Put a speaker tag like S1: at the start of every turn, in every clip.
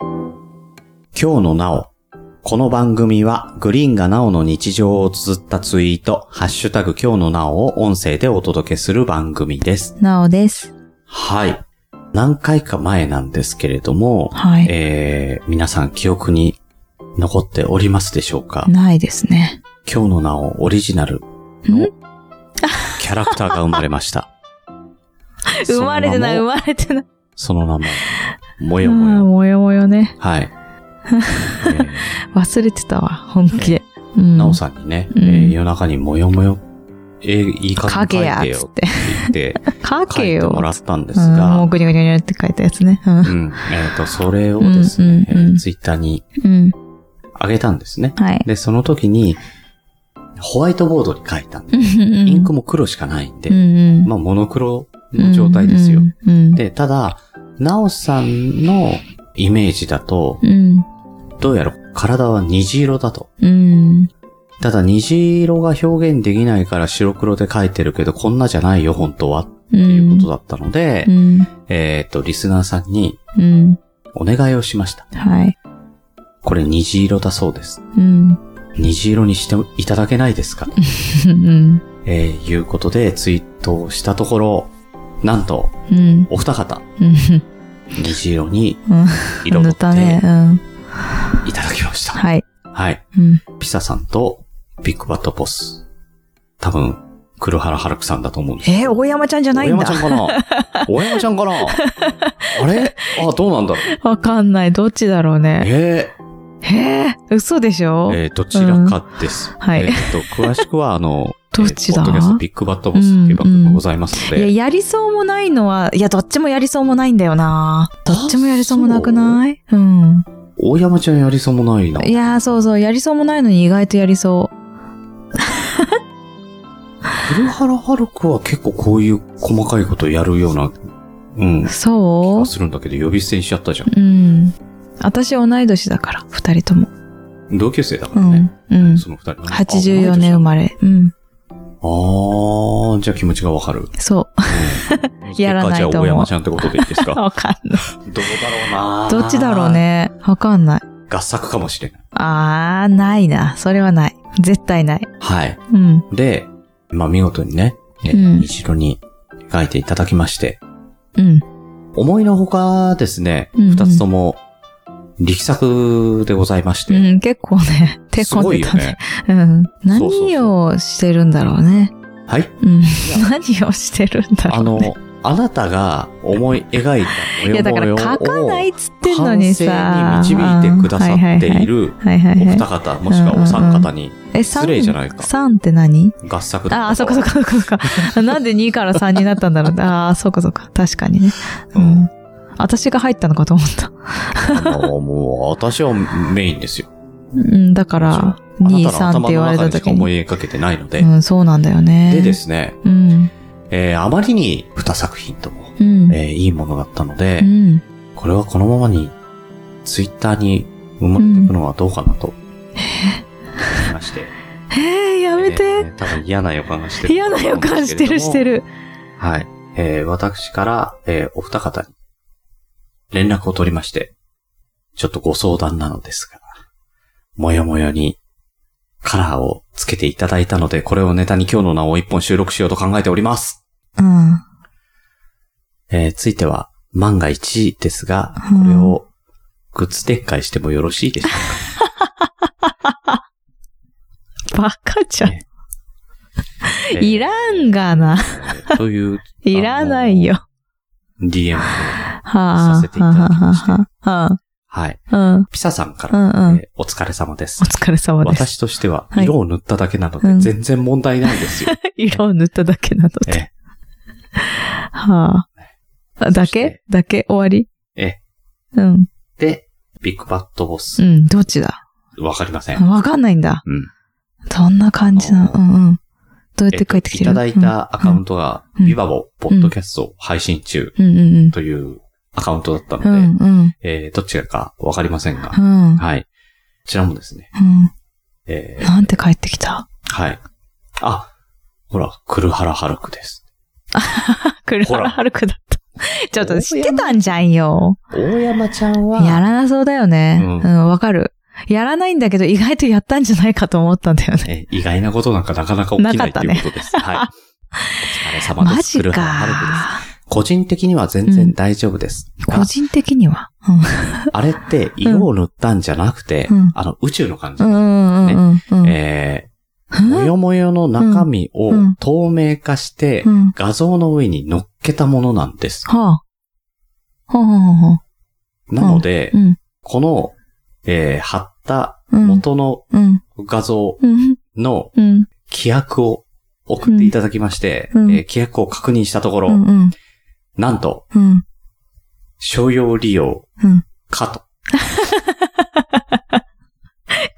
S1: 今日のなお。この番組はグリーンがなおの日常を綴ったツイート、ハッシュタグ今日のなおを音声でお届けする番組です。
S2: なおです。
S1: はい。何回か前なんですけれども、
S2: はい。
S1: えー、皆さん記憶に残っておりますでしょうか
S2: ないですね。
S1: 今日のなおオリジナルのキャラクターが生まれました。
S2: 生まれてない、生まれてない。
S1: その名も、も
S2: あ
S1: よも
S2: ー
S1: よ。
S2: もよもよね。
S1: はい。えー
S2: 忘れてたわ、本気で。うん。
S1: なおさんにね、
S2: うん
S1: えー夜中にもよもよ、えー、言い方書いて
S2: 影や、
S1: よ
S2: つって。
S1: って言って、
S2: か
S1: 書
S2: け
S1: いて
S2: よ。
S1: もらったんです
S2: うん、も
S1: が
S2: う、ぐにゃぐにゃぐにゃって書いたやつね。う。
S1: うんん、えっ、と、それをですね、
S2: うんうんう
S1: え
S2: ん
S1: ーツイッターに
S2: うん。
S1: あげたんですね。
S2: はい。
S1: で、その時に、ホワイトボードに書いたんで、イ
S2: イ
S1: ンクも黒しかないんで、
S2: うんうん
S1: まあ、モノクロの状態ですよ。。
S2: うん。
S1: で、ただ、なおさんのイメージだと、
S2: うん。
S1: どうやら体は虹色だと。
S2: うん。
S1: ただ虹色が表現できないから白黒で書いてるけど、こんなじゃないよ、本当は。っ
S2: うん。
S1: ていうことだったので、
S2: うん。
S1: えっ、と、リスナーさんに
S2: うん。
S1: お願いをしました。
S2: はい。
S1: これ虹色だそうです。
S2: うん。
S1: 虹色にしていただけないですか
S2: うん。
S1: えー、いうことでツイートをしたところ、なんと、
S2: うん。
S1: お二方、
S2: うん。
S1: 虹色に
S2: うん
S1: 彩
S2: 塗
S1: っ
S2: ったね。
S1: て
S2: うん。
S1: いただきました。
S2: はい。
S1: はい。
S2: うん。
S1: ピサさんとビッグバットボス。多分、黒原ハルクさんだと思うんです
S2: えー、大山ちゃんじゃないん
S1: 大山ちゃんか
S2: だ。
S1: な 大山ちゃんかなあれあ、どうなんだろう
S2: わかんない。どっちだろうね。
S1: え
S2: へえ、嘘でし
S1: ー
S2: ょ
S1: えーどちらかです。
S2: んはい
S1: えーと、詳しくは、あ の、
S2: どっちだ
S1: えーポッドキャストビッグバットボスっていう番組がございますの
S2: いや、
S1: で。
S2: やりそうもないのは、いや、どっちもやりそうもないんだよな。どっちもやりそうもなくないうん。
S1: 大山ちゃんやりそうもないな。
S2: いやー、そうそう、やりそうもないのに意外とやりそ
S1: 黒原ハルクは結構こういう細かいことやるような、うん
S2: う。。そ
S1: するんだけど、呼び捨てにしちゃったじゃん。
S2: ううん。私同い年だから、二人とも。
S1: 同級生だか
S2: う
S1: らね
S2: ん。。うん。
S1: その二人はね。
S2: 84年生
S1: あ
S2: まれ。う
S1: 同い
S2: ん。
S1: 年あー、じゃあ気持ちがわかる。
S2: そやら
S1: 結果
S2: ないと思う
S1: じゃあ大山ちゃんってことでいいですか
S2: う。わかんない。
S1: どうだろうな
S2: どっちだろう。ね。わかんない。
S1: 合作かもしれない。
S2: あー、ないな。それはない。絶対ない。
S1: はい。
S2: うん。
S1: で、まあ見事にね、え
S2: うん
S1: 虹色に描いていただきまして、
S2: うん。
S1: 思いのほかですね、
S2: うんうん
S1: 二つとも力作でございまして、
S2: うん、結構 ね、手
S1: すごい
S2: 込んで
S1: よ
S2: たね。
S1: ね。
S2: うん。
S1: そうそう
S2: 何をしてるんだろうね。
S1: はい。
S2: うん。何をしてるんだ
S1: あ
S2: ろう
S1: の
S2: ね。、
S1: あなたが思い描いた
S2: い
S1: 模
S2: や、
S1: 様
S2: だから
S1: を
S2: 書かないっつってんの
S1: 完
S2: に
S1: 成
S2: さ。
S1: に導いてくださってい
S2: る。
S1: る
S2: はいはい
S1: お
S2: はい。
S1: 二方、もしくはお三方に
S2: え、
S1: 失礼じゃないか
S2: 3って何
S1: 合作だ
S2: ああ、そっかそっかそっかそっか。 なんで2から3になったんだろう。ああ、そっかそっか。確かにね。う
S1: うん
S2: ん。私が入ったのかと思った。
S1: あの、もう私はメインですよ。
S2: うん、だか
S1: そう
S2: ら、
S1: あ
S2: 2、
S1: なたの頭
S2: 3って言
S1: の
S2: われ
S1: 中
S2: た
S1: にしか
S2: 時
S1: 思い
S2: に。
S1: 描けてないので。
S2: うん、そうなんだよね。
S1: でで。すね、
S2: うん。
S1: えーあまりに2作品とも、
S2: うん。
S1: えーいいものだったの
S2: う
S1: で、
S2: ん。
S1: これはこのままに、ツイッターに埋まっていくのはどうかな と、思いまして。
S2: えー、やめ
S1: え
S2: て。
S1: ー多分嫌な予感がしてる。
S2: 嫌な予感してるして。る。
S1: はい。えー私から、えーお二方に、連絡を取りまして、ちょっとご相談なのですが、もよもよに、カラーをつけていただいたので、これをネタに今日の名を一本収録しようと考えております。
S2: うん。
S1: えーついては、万が一ですが、
S2: うん
S1: これを、グッズ展開してもよろしいでしょうか
S2: バカじゃん。
S1: えー
S2: いらんがな。
S1: という、
S2: いらないよ。
S1: DM を。
S2: はあ。
S1: させていただきまして
S2: はあは
S1: はい。
S2: あはあうん。
S1: ピサさんから、
S2: うんうん。
S1: えーお疲れ様です
S2: お。疲れ様です。
S1: 私としては、
S2: はい
S1: 色を塗っただけなの
S2: う
S1: で、
S2: ん
S1: 全然問題ない ですよ。
S2: 色を塗っただけなの
S1: え
S2: で。はあ。だ
S1: そして
S2: けだけ終わり
S1: え
S2: うん。
S1: えで、ビッグバットボス
S2: う、ん。どっちだ
S1: わかりません。
S2: わかんないんだ。
S1: うん。
S2: どんな感じなの
S1: あ
S2: うんうん。どうや
S1: え
S2: って帰ってきてる
S1: いただいたアカウントが、
S2: うん
S1: ビバボ、ポッドキャストを配信中
S2: うんうんうん。
S1: というアカウントだった
S2: う
S1: ので、
S2: んうん。
S1: えーどっちがかわかりませんが
S2: う、ん。うん
S1: はい。こちらもですね、
S2: うん。
S1: えー
S2: なんて帰ってきた
S1: はい。あ、ほら、クルハラハルクです。
S2: クル
S1: ほ
S2: ハ
S1: ら
S2: ラハルクだった。ちょっと知ってたんじゃんよ。
S1: 大山ちゃんは、
S2: やらなそうだよね。
S1: うん
S2: うん、わ、かる。やらないんだけど、意外とやったんじゃないかと思ったんだよね。
S1: え意外なことなんかなかなか起き
S2: な
S1: な
S2: か
S1: い
S2: っ
S1: と
S2: た
S1: いう
S2: ね
S1: ことです。はい。お疲れ様
S2: マ
S1: です。
S2: ジ
S1: 古原遥です
S2: か。
S1: 個人的には全然大丈夫です。が
S2: 個人的には。うん
S1: あれって色を塗ったんじゃなくて、
S2: うん
S1: あの宇宙の感じ。
S2: うんうんうんうん。
S1: えー、もよもよの中身を
S2: うん
S1: 透明化して
S2: う、ん。は
S1: 画像の上に乗っけたものなんです。
S2: あ。はあはあはあはあ。
S1: なので
S2: う、ん。
S1: この、えー貼った
S2: うん。
S1: 元の
S2: うん。
S1: 画像
S2: うん。
S1: の
S2: うん。
S1: 規約を送っていただきまして、
S2: うん
S1: えー規約を確認したところ、
S2: うん。うん。
S1: なんと、
S2: うん。
S1: 商用利用
S2: うん。
S1: かと。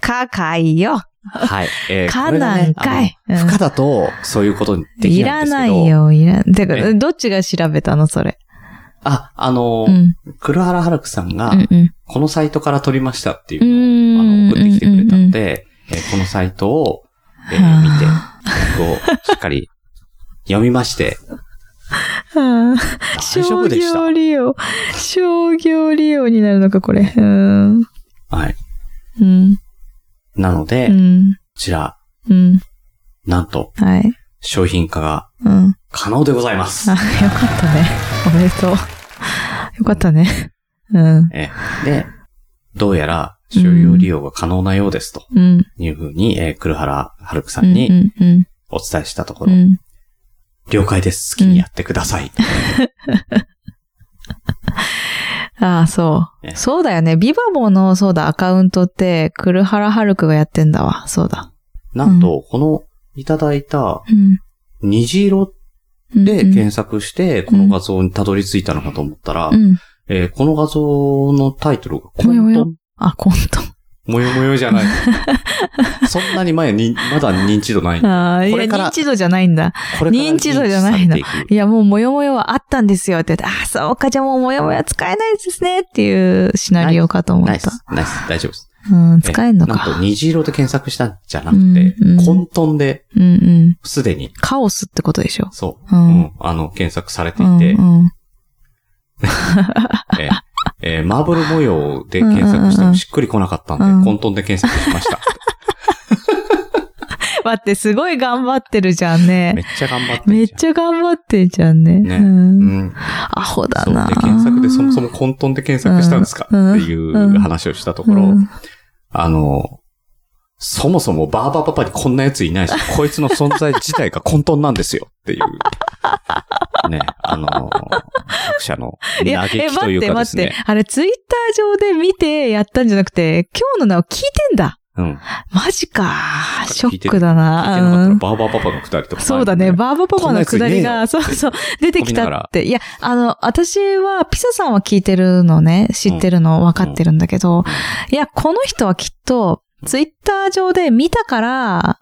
S2: かかいよ。
S1: はい。えー
S2: かなんかい
S1: これがねあの
S2: うん
S1: 不可だと、そういうことにで
S2: い
S1: きないんで
S2: ら
S1: すけど。
S2: ない。よ、いらん。てか、
S1: え
S2: どっちが調べたのそれ。
S1: あ、あの
S2: う、ん。
S1: 黒原ハルクさんが
S2: う、んうん。
S1: このサイトから撮りましたっていうのを、
S2: う
S1: あ
S2: ん
S1: の、送ってきてくれたんで、えーこのサイトを、えー見て、こう、しっかり読みま して、
S2: はあ
S1: 大丈
S2: 商
S1: 夫でした。
S2: 業利用。商業利用になるのか、これ。うん。
S1: はい。
S2: うん。
S1: なので、
S2: う
S1: こ
S2: ん。
S1: ちら、
S2: うん。
S1: なんと、
S2: はい。
S1: 商品化が
S2: うん。
S1: 可能でございます
S2: あ、。よかったね。おめでとう。よかったね。うん。
S1: えーで、どうやら、商用利用が可能なようですと
S2: うん。
S1: いうふうに、えー、黒原春子さ
S2: うんん。
S1: に
S2: うん。
S1: お伝えしたとこ
S2: う
S1: ろ、
S2: ん。
S1: 了解です。好きにやってください。
S2: ああ、そう
S1: ね。
S2: そうだよね。ビバボの、そうだ、アカウントって、クルハラハルクがやってんだわ。そうだ。
S1: なんと、このいただいた
S2: うん。
S1: 虹色
S2: うん
S1: で
S2: うん
S1: 検索して、この画像にたどり着いたのかと思ったら、
S2: うん。
S1: えーこの画像のタイトルがコ
S2: もよも
S1: ント
S2: よ。あ、コント。
S1: もよもよじ ゃない。そんなに前に、まだ認知度ない。こ
S2: ああ、い
S1: こ
S2: や、
S1: れから
S2: 認知度じゃないんだ。
S1: れから
S2: 認知度じゃない
S1: 認
S2: な
S1: 知されて
S2: い
S1: いく
S2: や、もう、もよもよはあったんですよって言って、あ、そうか、じゃあもう、もよもよは使えないですねっていうシナリオかと思
S1: ナ
S2: っ
S1: イス
S2: た。、
S1: ナイス、大丈夫です。
S2: うん、使えんの
S1: なんと
S2: か。
S1: 虹色で検索したんじゃなくて、
S2: うんうん
S1: 混沌で、
S2: うんうん。
S1: すでに、
S2: カオスってことでしょ。
S1: そう、
S2: う
S1: うんん、あの、検索されて
S2: う
S1: い
S2: ん
S1: て、
S2: うん。
S1: えーえーマーブル模様で検索してもしっくりこなかったんで、
S2: うん
S1: 混沌で検索しま した。
S2: 待って、すごい頑張ってるじゃん
S1: め
S2: ね。
S1: っちゃ頑張ってんじゃん。
S2: めっちゃ頑張ってんじゃんね。
S1: ね
S2: うん
S1: うん。
S2: アホだ
S1: そう。
S2: な
S1: で、。検索でそもそも混沌で検索したんですかって
S2: うん
S1: いう話をしたとこ
S2: う
S1: ろ
S2: ん、
S1: あの、そもそもバーバーパパにこんなやつい ないし、こいつの存在自体が混沌なんですよっていう。ね、あの、作者の嘆
S2: いや、え、
S1: きと
S2: 待
S1: い
S2: っ
S1: う
S2: て
S1: かで
S2: 待
S1: す
S2: って
S1: ね。。
S2: あれ、ツイッター上で見てやったんじゃなくて、今日の名を聞いてんだ。
S1: うん。
S2: マジか。ショ
S1: 聞い
S2: ッ
S1: てる
S2: クだ
S1: 聞いてなか
S2: な。
S1: った
S2: う
S1: ら
S2: ん
S1: バーバーパパのくだりとか。
S2: そうだね。。バーバパパのくだりが、
S1: こ
S2: そ
S1: ん
S2: う
S1: なやついねえよ
S2: そう、出てき
S1: 突っ込みなが
S2: た
S1: ら
S2: って。いや、あの、私は、ピサさんは聞いてるのね、知ってるの分かってるんだけど、いや、この人はきっと、ツイッター上で見たから、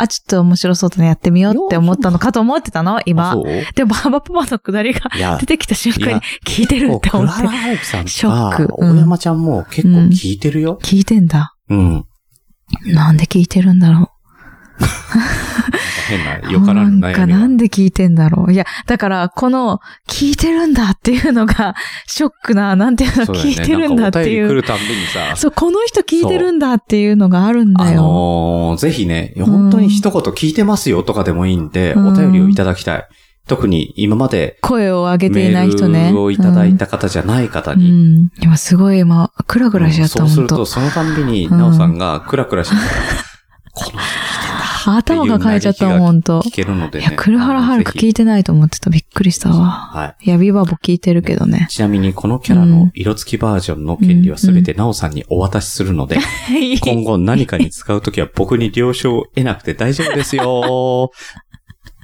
S2: あ、ちょっと面白そうだね、やってみようって思ったのかと思ってたの、
S1: あ
S2: 今
S1: そ。うい
S2: でも、バーバパパのくだりが
S1: や
S2: 出、てきた
S1: い
S2: 瞬間
S1: や
S2: に聞いてる
S1: こ
S2: っ
S1: う
S2: て
S1: 倉
S2: 思って
S1: 原。春樹さん
S2: ショッ
S1: と
S2: ク
S1: か、
S2: うん
S1: 大山ちゃんも結構聞いてるよ。
S2: 聞いてんだ。
S1: うん。
S2: なんで聞いてるんだろ
S1: 変な、
S2: う。
S1: よからぬ
S2: なん
S1: 悩
S2: か
S1: み
S2: な
S1: が。
S2: んで聞いてんだろう。いや、だから、この、聞いてるんだっていうのが、 ショックな、なんていうの、
S1: そうだよ
S2: 聞
S1: ね
S2: いてるんだってい
S1: なんかお便り来
S2: う。
S1: るたんびにさ、
S2: そう、この人聞いてるんだっていうのがあるん
S1: あ
S2: だよ。
S1: のーぜひね、
S2: ん
S1: 本当に一言聞いてますよとかでもいいんで、
S2: うん
S1: お便りをいただきたい。特に今まで
S2: 声を上げて
S1: メ
S2: いない人ね。
S1: ールをいただいた方じゃない方
S2: うん。
S1: に。
S2: うん。今すごい今、クラクラしちゃった、
S1: そうす
S2: 本
S1: ると、
S2: 当
S1: そのたんびに、
S2: うん
S1: なおさんがクラクラしながら、この
S2: 頭抱えちゃった、本当
S1: 聞けるので
S2: い
S1: ね。
S2: や、クルハラハルク聞いてないと思ってた。びっくりしたわ。
S1: はい。
S2: いや、ビバボ聞いてるけどね。
S1: ちなみに、このキャラの色付きバージョンの権利はすべてなおさんにお渡しするの で、今後何かに使うときは僕に了承を得なくて大丈夫です よ。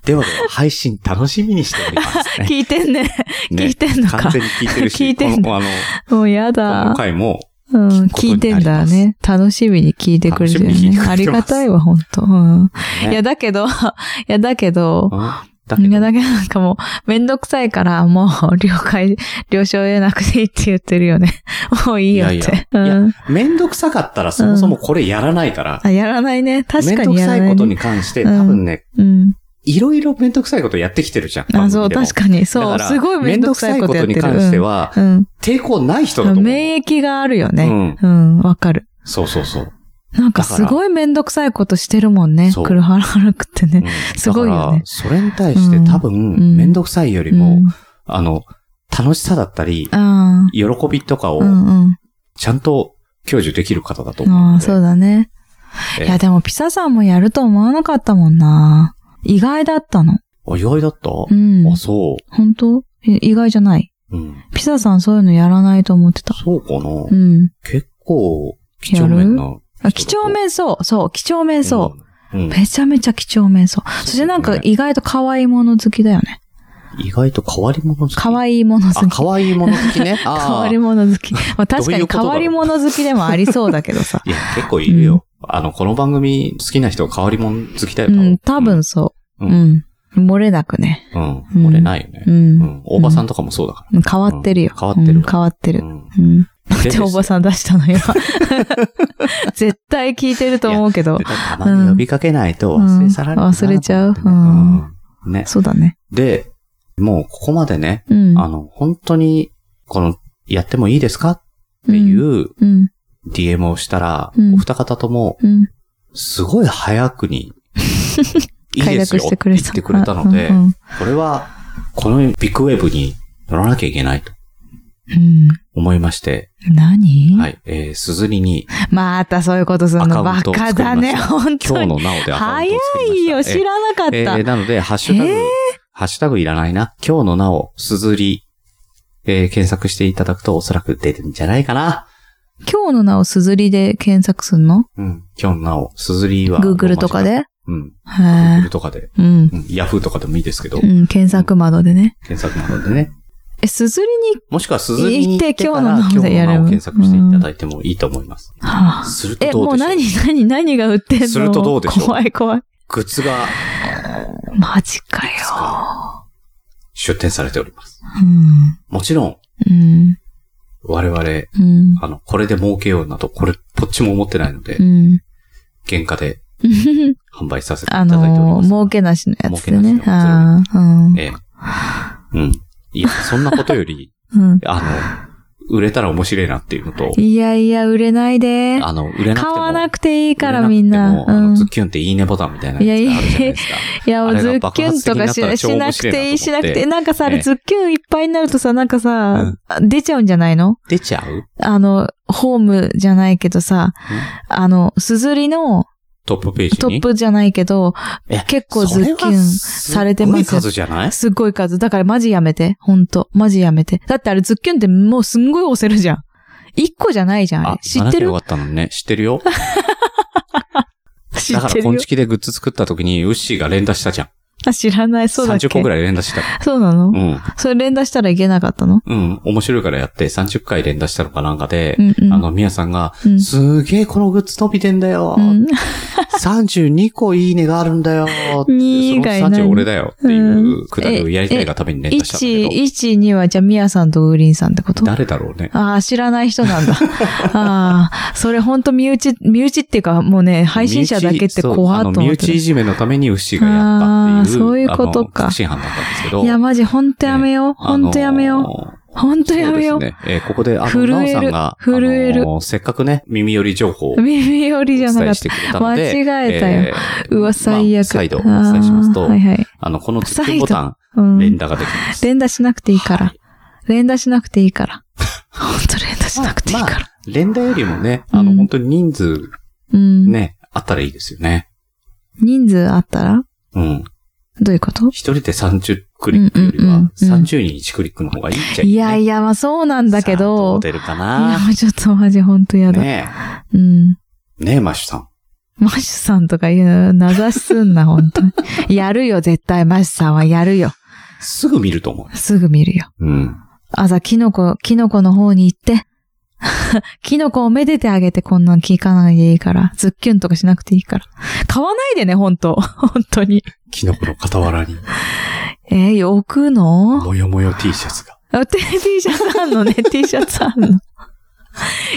S1: ではでは、配信楽しみにしております、ね。
S2: 聞いてんね。聞いてんのか
S1: 完全に聞いてるし、
S2: 聞いてん
S1: この、あの、
S2: もうや
S1: こ
S2: だ
S1: の。回も、
S2: うん、
S1: 聞
S2: 聞
S1: く
S2: い
S1: こと
S2: て
S1: になんりま
S2: だ
S1: す
S2: ね。楽しみに聞いてくれてる
S1: 楽しみに
S2: ね
S1: 聞いてくれて。ます
S2: ありがたいわ、本当うん。
S1: ね、
S2: いや、だけど、い や、だけど、
S1: うん、だけ
S2: い
S1: ど、
S2: や、だけどなんかもう、めんどくさいから、もう、了解、了承得なくていいって言ってるよね。 もういいよっ
S1: いや
S2: て。
S1: や
S2: うん。
S1: めんどくさかったらそもそもこれやらないから、
S2: あ、やらないね。確
S1: めん
S2: か
S1: ど
S2: に
S1: く
S2: や
S1: さ
S2: らないい
S1: こと
S2: ね。
S1: に関して、
S2: うん
S1: 多分ね、
S2: うん。
S1: いろいろめんどくさいことやってきてるじゃん。
S2: あ、そう、確
S1: に。
S2: かに。
S1: だ
S2: そう、
S1: から
S2: すごいめんどくさいことやって
S1: め
S2: る。
S1: んどくさいことに関しては、
S2: うん。
S1: 抵抗ない人だ
S2: う
S1: と思
S2: ん。
S1: う。
S2: 免疫があるよね。
S1: うん。
S2: うん、わかる。
S1: そうそうそう。
S2: なんか
S1: だから
S2: すごいめんどくさいことしてるもんね。
S1: そう
S2: 黒原らくってね。
S1: うん
S2: すごいよね
S1: だから、それに対して多分、
S2: ん
S1: めんどくさいより
S2: う
S1: も、
S2: ん。
S1: あの、楽しさだったり、
S2: あ
S1: 喜びとか
S2: あ。
S1: を
S2: う、んうん。
S1: ちゃんと享受できる方だと思う
S2: あ
S1: の
S2: あ、
S1: で。
S2: そうだね。
S1: え
S2: いや、でもピサさんもやると思わなかったもんな。意外だったの。
S1: お祝いだった、
S2: うん。
S1: あ、そ
S2: 本当え意外じゃない。
S1: う。うん。
S2: ピサさんそういうのやらないと思ってた。
S1: そうかな、
S2: うん。
S1: 結構、貴重面な。
S2: あ、几帳面そう、そう、几帳面そう。
S1: うん。うん。
S2: めちゃめちゃ几帳面そう。そしてなんか意外と可愛いもの好きだよね。
S1: 意外と変わり者好き。
S2: 可愛いもの好
S1: あ、
S2: き。
S1: 可愛いもの好き ね。あー
S2: 変わり物 好き。まあ確かに変わり物好きでもありそうだけどさ。
S1: いや、結構いるよ。あの、この番組好きな人変わり者好きだよ。
S2: うん、多。分そう。
S1: う
S2: うん。漏れなくね。
S1: うん。
S2: うん
S1: 俺ないよね
S2: う。。
S1: うんん。大場さんとかもそうだか
S2: 変わってるよ。
S1: うん変わってる
S2: うん変わって
S1: ら。
S2: る。
S1: ん。
S2: うん。
S1: でです
S2: って
S1: よ
S2: おばさん出したの今。 絶対聞いてると思うけど
S1: で。たまに呼びかけないと忘れ去られるな
S2: うん忘れちゃう
S1: と思ってねうんね。
S2: そうだね。
S1: で、もうここまでね、
S2: うん。
S1: あの、本当に、この、やってもいいですかっていう
S2: うん。
S1: DM をしたら
S2: う、ん
S1: お二方とも、
S2: うん。
S1: すごい早く に、いい
S2: 快
S1: です
S2: 諾
S1: よ
S2: し
S1: って
S2: てく
S1: 言
S2: れ。
S1: ったてくれたので
S2: う、ん
S1: これは、このビッグウェーブに乗らなきゃいけないと
S2: うん。
S1: 思いまして、
S2: うん何
S1: はい、えー、鈴に に、
S2: またそういうことする
S1: ア
S2: の。
S1: カウン
S2: バ
S1: トを作りま
S2: カ
S1: した
S2: だね、
S1: 今
S2: 本
S1: 日
S2: 当に。
S1: のなおでアカウン
S2: 早
S1: トを作
S2: い
S1: りま
S2: よ、
S1: した
S2: 知らなかっ
S1: えー
S2: た。
S1: なので、ハッシュタグ、
S2: えー
S1: ハッシュタグいらないな。今日のなお、すずり、えー検索していただくとおそらく出るんじゃないかな。
S2: 今日の名をすずりで検索すんの
S1: うん。今日のなお、すずりは。
S2: ?Google とかで
S1: うん。
S2: へ
S1: Google
S2: え
S1: とかで。
S2: うん。
S1: うん。Yahoo とかでもいいですけど、
S2: うん、検索窓でね。
S1: 検索窓でね。
S2: え、すずりに、
S1: もしくはすずりに行ってから
S2: 行
S1: 今
S2: って
S1: 日の
S2: 今日のなおでやる
S1: なお検索していただいてもいいと思います。
S2: はあ
S1: すると
S2: え、
S1: ど
S2: も
S1: うで
S2: う
S1: しょう
S2: 何、 何、何が売ってんの
S1: するとどうでしょう
S2: 怖い怖い。
S1: グッズが
S2: マジか
S1: いくつか出展されております。
S2: よ。うん。
S1: もちろん、
S2: うん。
S1: 我々、
S2: うん。
S1: あの、これで儲けようなどこれ、こっちも思ってないので
S2: う、ん。
S1: 原価で販売させていただ
S2: あ
S1: いており
S2: の
S1: ま
S2: ー、
S1: す。
S2: 儲けなしのやつでね
S1: 儲。けな
S2: ああ、うん。
S1: ええ。うん。いや、そんなことより、
S2: うん。
S1: あの、売れたら面白いなっていうのと、
S2: いやいや、売れないで。
S1: あの、売れなくて
S2: 買
S1: も。
S2: わな
S1: く
S2: くていい
S1: て
S2: からみんな。
S1: もあの
S2: うん
S1: ズッ。キュンっていいねボタンみたいなやつがあるじゃないですか。
S2: いや、
S1: あれ
S2: ズ
S1: が
S2: ッ
S1: 爆
S2: キュン
S1: 発
S2: と
S1: 的にな
S2: か
S1: った
S2: し
S1: ら超
S2: なし
S1: 面
S2: なく
S1: 白いなと
S2: てい
S1: 思
S2: い、
S1: って
S2: しなくて。なんかさ、あれ
S1: ええ
S2: ズッキュンいっぱいになるとさ、なんかさ、出ちゃうんじゃないの
S1: 出ちゃう
S2: あの、ホームじゃないけどさ、あの、すずりの
S1: トップページ
S2: トッ
S1: に。
S2: プじゃないけど、
S1: え
S2: 結構ズッキ
S1: そ
S2: ュ
S1: れは
S2: ン
S1: す
S2: されてます
S1: すごい数じゃない
S2: すっごい数。だからマジやめて。ほんと。マジやめて。だってあれズッキュンってもうすんごい押せるじゃん。一個じゃないじゃん。あれ知
S1: 言わなき
S2: って
S1: ゃ
S2: る
S1: よかったのにね。知ってるよ。
S2: 知
S1: だ
S2: っ
S1: か
S2: て
S1: ら、
S2: る
S1: こん
S2: よ
S1: ち。きでグッズ作った時に、ウッシーが連打したじゃん。
S2: あ、知らない。そうだっけ
S1: 30個ぐらい連打した。
S2: そうなの、
S1: うん。
S2: それ連打したらいけなかったの
S1: うん。面白いからやって、30回連打したのかなんかで
S2: う、んうん。
S1: あの、みやさんが、
S2: うん
S1: すーげえこのグッズ伸びてんだよ
S2: う。ん、
S1: 32個いいねがあるんだよ。って
S2: 二以外
S1: その
S2: ない
S1: 30俺だよ。っていうくだりをやりたいがために連打したん
S2: 1、
S1: だけど。
S2: 1、2はじゃあミヤさんとウーリンさんってこと
S1: 誰だろうね。
S2: ああ、知らない人 なんだ。ああ、それほんと身内、身内っていうかもうね、配信者だけって怖っと
S1: 身
S2: 思っ
S1: 内そうあの身
S2: て
S1: 内い
S2: る。
S1: じめのためにウッシーがやったっていう。
S2: あーそういうことか
S1: あの確信犯だったんですけど。
S2: いや、マジほんとやめよう。ほんとやめよう。
S1: う。
S2: ほんとやめよ
S1: そうう。ですね。えーここで、あの、
S2: 震え
S1: なおさん
S2: る
S1: が、あの
S2: 震える
S1: せっかくね、耳寄り情報を
S2: 耳寄りじゃ
S1: お
S2: な
S1: 伝
S2: か
S1: え
S2: っ。
S1: したてくれたので。
S2: 間違えたよ
S1: ー
S2: うわ、最悪。
S1: まあ再度お伝えしますと、
S2: あーはいはい。
S1: あの、このツッキンボタン、
S2: うん。
S1: 連打ができます。
S2: 連打しなくていいから。
S1: はい
S2: 連打しなくていいから。 ほんと連打しなくていいから。
S1: まあまあ連打よりもね、あの、
S2: うん
S1: 本当に人数
S2: うん。
S1: ね、あったらいいですよね。
S2: 人数あったら
S1: うん。
S2: どういうこと
S1: 一人で30クリックより
S2: うんうん
S1: は、
S2: うんうん
S1: 30人1クリックの方がいいっちゃいい、
S2: い
S1: ね。
S2: やいや、まあそうなんだけ
S1: さあど
S2: ど
S1: う。出るか
S2: いや、
S1: な
S2: もうちょっとマジほんとやだ。
S1: ね
S2: うん。
S1: え。ねえ、マシュさん。
S2: マシュさんとか言う、名指しすんな、ほんとに。 やるよ、絶対、マシュさんはやるよ。
S1: すぐ見ると思
S2: すぐ見るよ。
S1: う。うん。
S2: 朝、キノコ、キノコの方に行って。 キノコをめでてあげて、こんなん聞かないでいいから。ズッキュンとかしなくていいから。買わないでね、ほん と。ほんとに。
S1: キノコの傍らに、
S2: えー、置くの
S1: もよもよ T シャツが。
S2: あ、T シャツあん のね、T シャツあんの。い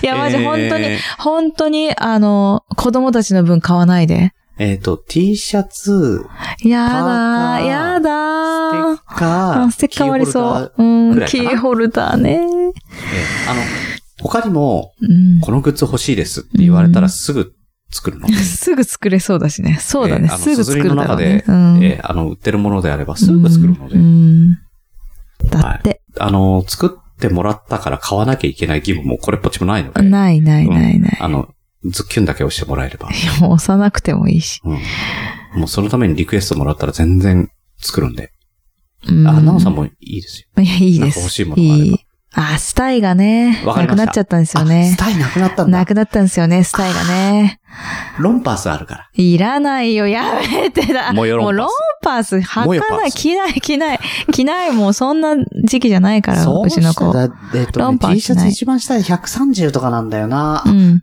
S1: い
S2: や、マジ、本当に、
S1: え
S2: 本当に、あの、子供たちの分買わないで。
S1: ーえっ、と、T シャツ、
S2: や
S1: パーカ
S2: だ
S1: ー
S2: ー、やだー。
S1: ステッカ
S2: う
S1: ー、
S2: んステッカー割り
S1: キーホ
S2: そう
S1: ル。ダー
S2: うん
S1: ぐらいかな、
S2: キーホルダーね。
S1: えーあの、他にも、
S2: うん。
S1: このグッズ欲しいですって言われた
S2: う
S1: ら
S2: ん
S1: すぐ作るの。
S2: すぐ作れそうだしね。そうだね。
S1: えーあの
S2: すぐ作るだろうね。
S1: 硯
S2: うん
S1: えーあの、売ってるものであればすぐ作るので、
S2: うんうんだって、
S1: あの、作ってもらったから買わなきゃいけない義務もこれっぽっちもないので、
S2: ないないないない。
S1: あの、ズッキュンだけ押してもらえれば。
S2: いや、もう押さなくてもいいし。
S1: もうそのためにリクエストもらったら全然作るんで。
S2: うん
S1: あ、なおさんもいいですよ。
S2: いや、いい
S1: なん
S2: で
S1: か
S2: す。
S1: 欲しいものがあれば
S2: いいあ、スタイがね、
S1: わかり
S2: な
S1: ました
S2: くなっちゃったんですよね
S1: あス。タイなくなったんだ
S2: な。くなったんですよね、スタイがね。
S1: ロンパースあるから。
S2: いらないよ、やめてだ。
S1: もうよロンパース
S2: ロンパース履か
S1: もうよパ
S2: な
S1: ー
S2: い、
S1: ス
S2: 着ない、着ない、着ない、もうそんな時期じゃないから、うちの子。
S1: だえっ、と
S2: ロンパース
S1: T シャ
S2: し
S1: ツ
S2: ない
S1: 一番下で130とかなんだよな
S2: う。ん。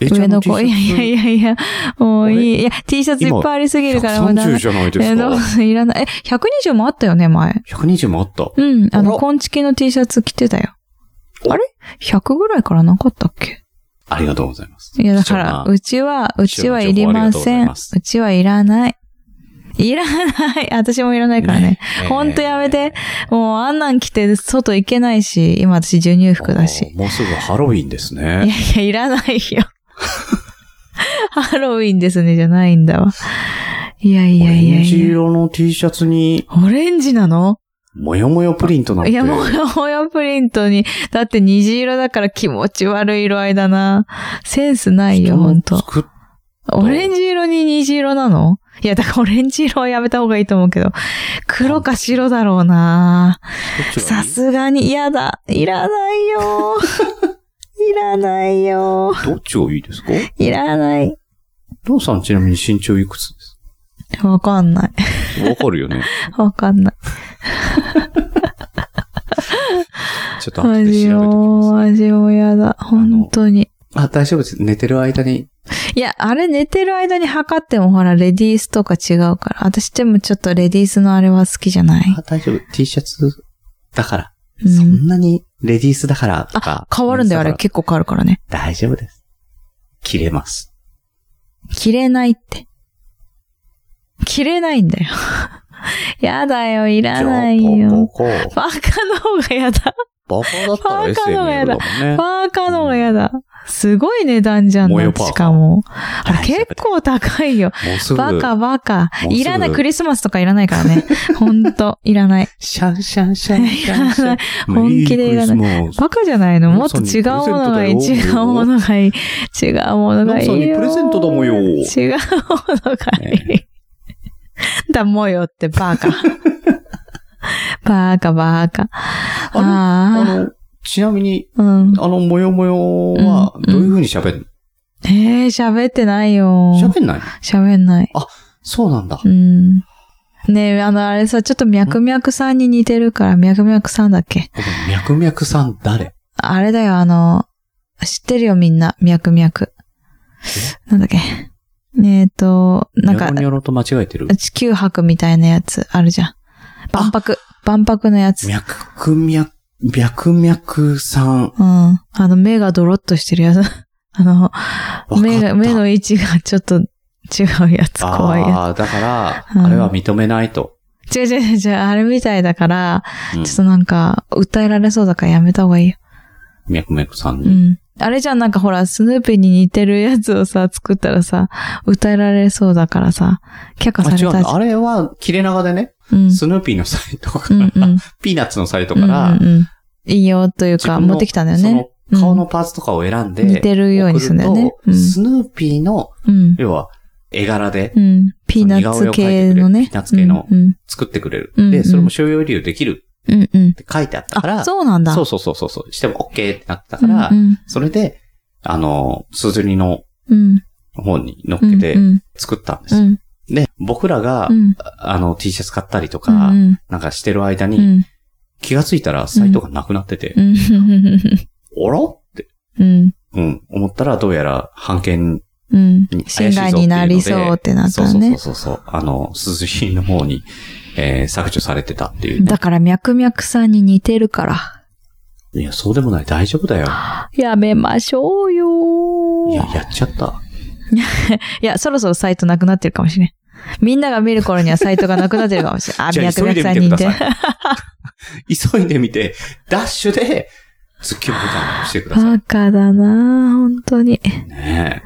S1: え
S2: 上の子、いやいやいやいや、もう
S1: あれ
S2: いい。いや、T シャツいっぱいありすぎるから、もうダメ
S1: 130じゃないで
S2: え
S1: す
S2: ーどう
S1: か。
S2: ぞいらない。え、120もあったよね、前。
S1: 120もあった。
S2: うん、あ
S1: あ
S2: の、
S1: ら
S2: 紺チキの T シャツ着てたよ。あれ ?100 ぐらいからなかったっけ
S1: ありがとうございます。
S2: いや、だから、
S1: 貴重な
S2: うちは、うちはいりま
S1: 貴重な情報ありがと
S2: せん。
S1: うございます
S2: うちはいらない。いらない。 私もいらないからね。
S1: えー
S2: ほんとやめて。もうあんなん着て外行けないし、今私授乳服だし。
S1: おーもうすぐハロウィンです
S2: いやい
S1: ね。
S2: や、いらないよ。ハロウィンですね、じゃないんだわ。いやい
S1: オ
S2: やいや
S1: レンジ
S2: いや。
S1: 色の T シャツに、
S2: オレンジなの
S1: もよもよプリントなんて。
S2: いや、もやもやプリントに、だって虹色だから気持ち悪い色合いだな。センスないよ、ほんと。
S1: 作っ
S2: オレンジ色に虹色なのいや、だからオレンジ色はやめた方がいいと思うけど。黒か白だろうな
S1: どっちが
S2: さ
S1: いい
S2: すがに嫌だ。いらない よ。いらないよ。
S1: どっちがいいですか
S2: いらない。
S1: どうさんちなみに身長いくつです
S2: わかんない。
S1: かわかるよね。
S2: わかんない。
S1: ちょっと後で
S2: 味
S1: 調べてみ
S2: も、
S1: ます。
S2: 味も嫌だ。本当に。
S1: あ、大丈夫です。寝てる間に。
S2: いや、あれ寝てる間に測ってもほら、レディースとか違うから。私でもちょっとレディースのあれは好きじゃない。
S1: あ、大丈夫。T シャツだから。
S2: うん
S1: そんなにレディースだからとか。
S2: 変わるんだよ、あれ。
S1: メンズ
S2: 結構変わるからね。
S1: から大丈夫です。切れます。
S2: 着れないって。着れないんだよ。 やだよ、いらないよ。
S1: コ。
S2: パーカーの方がやだ。
S1: バカだった
S2: バ
S1: ら
S2: カ
S1: SM
S2: のや
S1: だ
S2: だ
S1: もんね。
S2: パーカーの方がやだ。すごい値段じゃん
S1: 模様
S2: な、
S1: パーカー
S2: しかも。あれ
S1: 大丈夫
S2: 結構高いよ。
S1: もうすぐ、
S2: バカバカ
S1: も。うすぐ
S2: いらない、クリスマスとかいらないか らね。ほんと、いらない。
S1: シャンシャンシャンシャンシャン。
S2: 本気でいらない
S1: い。
S2: バカじゃないのもっと
S1: ロンさ
S2: 違
S1: んに
S2: うものがいい。
S1: プレゼン
S2: 違う
S1: トだよ
S2: ものがいい。違うものがいいよ。
S1: ロンさんにプレゼントだもんよ
S2: 違うものがいい。だもよってバ カ。バカバカ。
S1: あのあ
S2: あ
S1: の、ちなみに、
S2: あ。うん。
S1: あの、もよもよは、
S2: うん
S1: どういう風に喋る
S2: ええ喋ってないよ
S1: の。喋んない
S2: 喋んない。
S1: そうなんだ
S2: う。ん。ねえ、あの、あれさ、ちょっと脈々さんに似てるから、脈々さんだっけ
S1: ごめんミャクミャクさん誰
S2: あれだよ、あの、知ってるよ、みんな。脈々。なんだっけ。えっ、と、なんか
S1: ニョロ、ニョロと間違えてる。
S2: 地球博みたいなやつあるじゃん。万博。万博のやつ。うん。
S1: ミャクミャ、ミャクミャクさん。
S2: あの、目がドロッとしてるやつ。 あの、
S1: わかった
S2: 目が、目の位置がちょっと違うやつ、怖いや
S1: ああ、だから、
S2: うん
S1: あれは認めないと。
S2: つ。違う違う違う、あれみたいだから、
S1: うん
S2: ちょっとなんか、訴えられそうだからやめた方がいいよ。
S1: ミャクミャクさん
S2: う
S1: に。
S2: ん。あれじゃん、なんかほら、スヌーピーに似てるやつをさ、作ったらさ、歌えられそうだからさ、却下
S1: あ、
S2: され
S1: 違うん
S2: たじ
S1: だ。
S2: ゃん。
S1: あれは、切れ長でね、
S2: うん。
S1: スヌーピーのサイトか
S2: うん
S1: ら、
S2: うん。
S1: ピーナッツのサイト
S2: う
S1: か
S2: ん
S1: ら、
S2: うんうん。いいよという
S1: 自
S2: か、
S1: 分の
S2: 持ってきたんだよね。
S1: その顔のパーツとかを選んで、
S2: 似てるようにするんだよね
S1: 送。
S2: う
S1: ると
S2: ん。
S1: スヌーピーの、
S2: うん。
S1: 要は、絵柄で
S2: うん。ピーナッツ系のね。
S1: 似顔絵を描いてくれるピーナッツ系の
S2: うん
S1: 作ってくれる。
S2: うんう
S1: で、
S2: ん
S1: それも商用流できる
S2: うん。うんうん
S1: って書いてあったから、
S2: あ、そうなんだ。
S1: そううそうそうそうそう、しても OK ってなったから、
S2: ん
S1: それで、あの、すずりの
S2: うん。うん。
S1: 方に乗っ
S2: うん
S1: けて
S2: うん
S1: 作ったんです
S2: う
S1: よ。
S2: ん。
S1: で、僕らが、
S2: うん。
S1: あの、T シャツ買ったりと
S2: う
S1: か、
S2: ん。
S1: なんかしてる間
S2: う
S1: に、
S2: ん。
S1: 気がついたらサイトがなくなってて、
S2: うん。
S1: おろって、
S2: うん。
S1: うん、思ったらどうやら版権
S2: うん。
S1: に
S2: 侵
S1: 怪しいぞっていうので
S2: 害になりそうってなった
S1: そう
S2: の
S1: そうそう
S2: ね。
S1: そうそう。あの、鈴木の方に、えー削除されてたっていう、
S2: だから、脈々さんに似てるから。
S1: いや、そうでもない。大丈夫だよ。
S2: やめましょうよ
S1: いや、やっちゃった。
S2: いや、そろそろサイトなくなってるかもしれん。みんなが見る頃にはサイトがなくなってるかもしれん。あ、
S1: じゃあ急いで見てください。急いでみて、ダッシュで、スッキリボタンを押してくださ
S2: バカだなぁ本当に。
S1: い。ね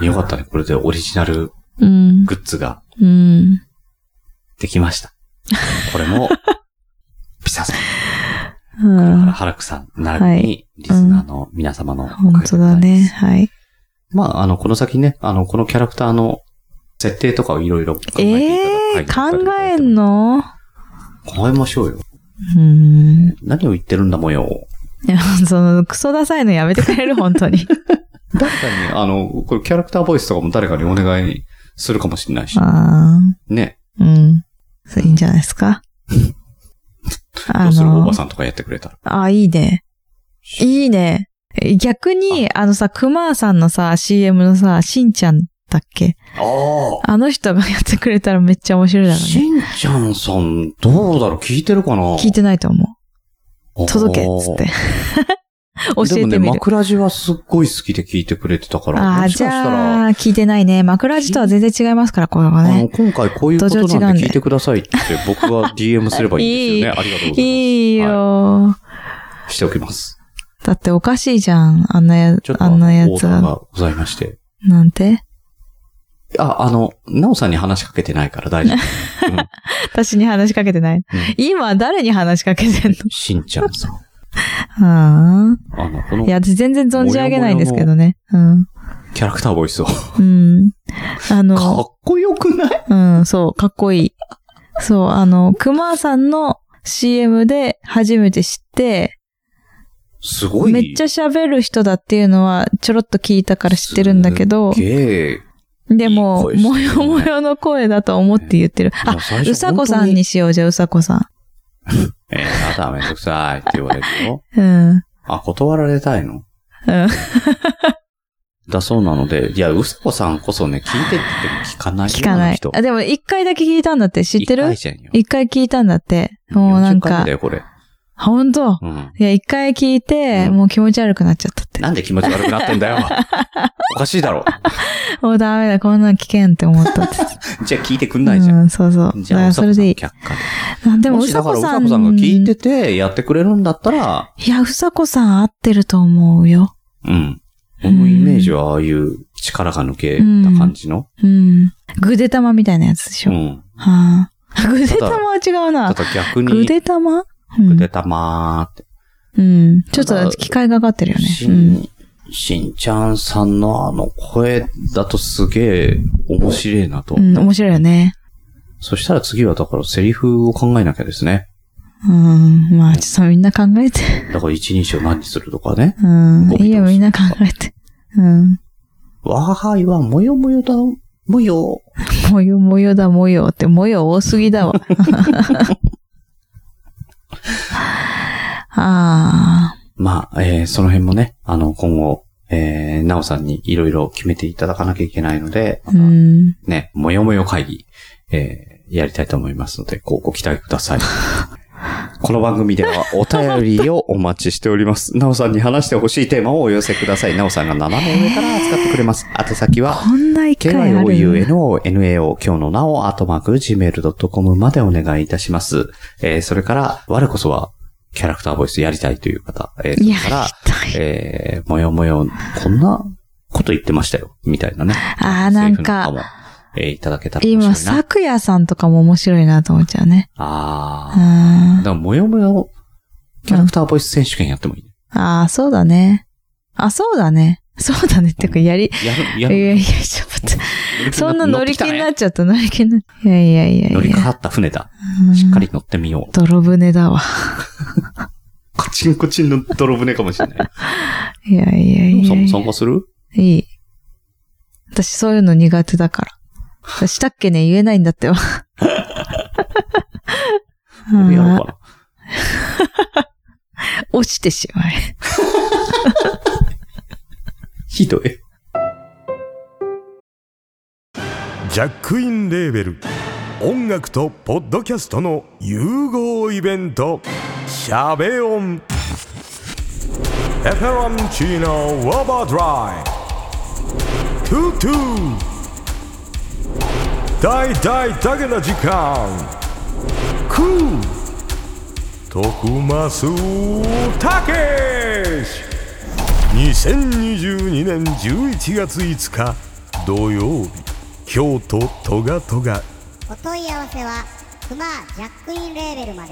S1: え。よかったね。これでオリジナル
S2: うん。
S1: グッズが
S2: うん。
S1: できました。これも、ピサさん、
S2: うん
S1: ハラクさん、並びに、リスナーの皆様のおかげで
S2: 本
S1: ござ
S2: 当
S1: います
S2: だね。。はい。
S1: まあ、あの、この先ね、あの、このキャラクターの設定とかをいろいろ考えていただ
S2: ええ
S1: いていただい
S2: ー、
S1: て
S2: 考えんの
S1: 考えましょうよ。
S2: うん。
S1: 何を言ってるんだもん よ。
S2: いやその、クソダサいのやめてくれる、本当 に。
S1: 誰かに、あの、これキャラクターボイスとかも誰かにお願いするかもしれないし。
S2: あ
S1: ね。
S2: あ、うん。それいいんじゃないですか。
S1: ど
S2: あ
S1: うするおば
S2: の、
S1: さんとかやってくれたら。
S2: あ、いいね。いいね。え逆に、あのさ、クマーさんのさ、CM のさ、しんちゃんだっけ
S1: あ
S2: あの人がやってくれたらめっちゃ面白いだろうね。
S1: しんちゃんさん、どうだろう聞いてるかな
S2: 聞いてないと思
S1: あ
S2: う。
S1: ー
S2: 届けっつって。教
S1: で
S2: えて
S1: もね、
S2: みる。
S1: 枕地はすっごい好きで聞いてくれてたから。
S2: ああ、
S1: もし
S2: じ
S1: かしたら
S2: ゃあ、聞いてないね。枕地とは全然違いますから、これは
S1: あ
S2: ね
S1: の、。今回こういうこと
S2: 土壌違
S1: な
S2: うんん
S1: で
S2: で
S1: 聞いてくださいって僕が DM すればいいんですよね。ありがとうございます。
S2: いいよ
S1: は
S2: ー、
S1: いしておきます。
S2: だっておかしいじゃん。あんなや
S1: ちょっ、と
S2: あんなや
S1: オー
S2: つ
S1: ダー
S2: は。
S1: がございまして。
S2: なんて
S1: あ、あの、なおさんに話しかけてないから大丈夫。
S2: 私に話しかけてない。今、誰に話しかけてんの
S1: しんちゃんさん。あ
S2: は
S1: の、こ
S2: あ
S1: の
S2: い
S1: キ
S2: や、私全然存じ上げないんですけどね。うん。
S1: ャラクターボイスを。か
S2: うん。あの、
S1: っこよくない
S2: うん、そう、かっこいい。そう、あの、熊さんの CM で初めて知って、
S1: すごい。
S2: めっちゃ喋る人だっていうのはちょろっと聞いたから知ってるんだけど
S1: す、っげえ。
S2: でも、
S1: いい
S2: も
S1: 声して
S2: よ
S1: るね
S2: もよの声だと思って言ってる。
S1: あ
S2: あ、うさこさん。にしよう、じゃあうさこさ
S1: えー、あなたはめんどくさいって言われる よ。
S2: ん。うん。
S1: あ、断られたいの
S2: うん。
S1: だそうなので、いや、うさこさんこそね、聞いてって言っても聞かないよ
S2: 聞かな
S1: あの
S2: い
S1: 人。
S2: あ、でも一回だけ聞いたんだって、知って
S1: 一
S2: る
S1: 回戦よ
S2: 一回聞いたんだって。もうなん
S1: 40回目
S2: か
S1: だ、よ、これ。
S2: 本当
S1: うん。
S2: いや、一回聞いて、
S1: うん
S2: もう気持ち悪くなっちゃったって。
S1: なんで気持ち悪くなってんだ よ。おかしいだろ。
S2: もうダメだ、こんなん聞けんって思ったって。
S1: じゃあ聞いてくんないじゃん。
S2: うん、そうそう。だ
S1: じ
S2: か
S1: ゃあ、
S2: らそれでいい
S1: う。さこさん却下
S2: あで
S1: で。
S2: も、
S1: も
S2: う
S1: し
S2: さ
S1: だから
S2: こ
S1: う
S2: さ
S1: さ
S2: ん。
S1: こさんが聞いてて、やってくれるんだったら、
S2: いや、うさこさん合ってると思うよ。
S1: うん。このイメージは、ああいう力が抜けた感じの。
S2: うん。ぐで玉みたいなやつでし
S1: う
S2: ょ。
S1: ん。
S2: は あ。ぐで玉は違う
S1: た
S2: な。
S1: だ逆
S2: ぐ
S1: に、
S2: で玉
S1: ぐでたまーって。
S2: うん。うん。ちょった
S1: だ
S2: と機会がかってるよね。
S1: し
S2: うん。
S1: ん、しんちゃんさんのあの声だとすげえ面白いなと。
S2: うん、面白いよね。
S1: そしたら次はだからセリフを考えなきゃですね。
S2: うん。まあ、ちょっとみんな考えて。
S1: だから一人称何にするとかね。
S2: うん
S1: ご。
S2: いいよ、
S1: ご
S2: みんな考えて。うん。
S1: わーいはもよもよだ、もよ。
S2: 模様模様だ模様って模様多すぎだわ。 ああ。
S1: まあ、えー、その辺もね、あの、今後、えー、なおさんにいろいろ決めていただかなきゃいけないので、ま
S2: う
S1: た
S2: ん。
S1: ね、もよもよ会議、えー、やりたいと思いますので、ごご期待ください。この番組ではお便りをお待ちしております。なおさんに話してほしいテーマをお寄せください。なおさんが斜め上から扱ってくれます。宛先は、
S2: こんな一回ある
S1: kyounonao 今日のなお、アートマーク、gmail.com までお願いいたします。えーそれから、我こそは、キャラクターボイスやりたいという方、えーそ
S2: い
S1: れ
S2: や、
S1: から、
S2: 痛い
S1: えーもよもよ、こんなこと言ってましたよ、みたいなね。
S2: ああ、なん
S1: セリフ
S2: か、
S1: も、えーいただけたら面白いな。
S2: 今、さくやさんとかも面白いなと思っちゃうね。
S1: ああ。
S2: あ
S1: だから、もよもよ、キャラクターボイス選手権やってもいい。
S2: あー、そうだね。あ、そうだね。そうだね。ってか、やり、
S1: やる、
S2: い
S1: や
S2: やい
S1: る。
S2: や、ちょっと待って。そんな乗り気にな
S1: っ
S2: っちゃった、乗り気になっいやいやいやい
S1: 乗
S2: や。
S1: りかかった船だ。
S2: うん
S1: しっかり乗ってみよう。
S2: 泥船だわ。
S1: カチンコチンの泥船かもしれない。
S2: いやいやいやいや。
S1: そも参加する
S2: いい。私そういうの苦手だから。したっけね言えないんだって ば。
S1: 俺やろうかな。
S2: 落ちてしまえ。
S1: ひどい。
S3: ジャックインレーベル音楽とポッドキャストの融合イベント「シャベオン」「エフェロンチーノウォーバードライ」「トゥトゥ大大だけな時間クー徳マスたけし2022年11月5日土曜日京都トガトガ
S4: お問い合わせはクマージャックインレーベルまで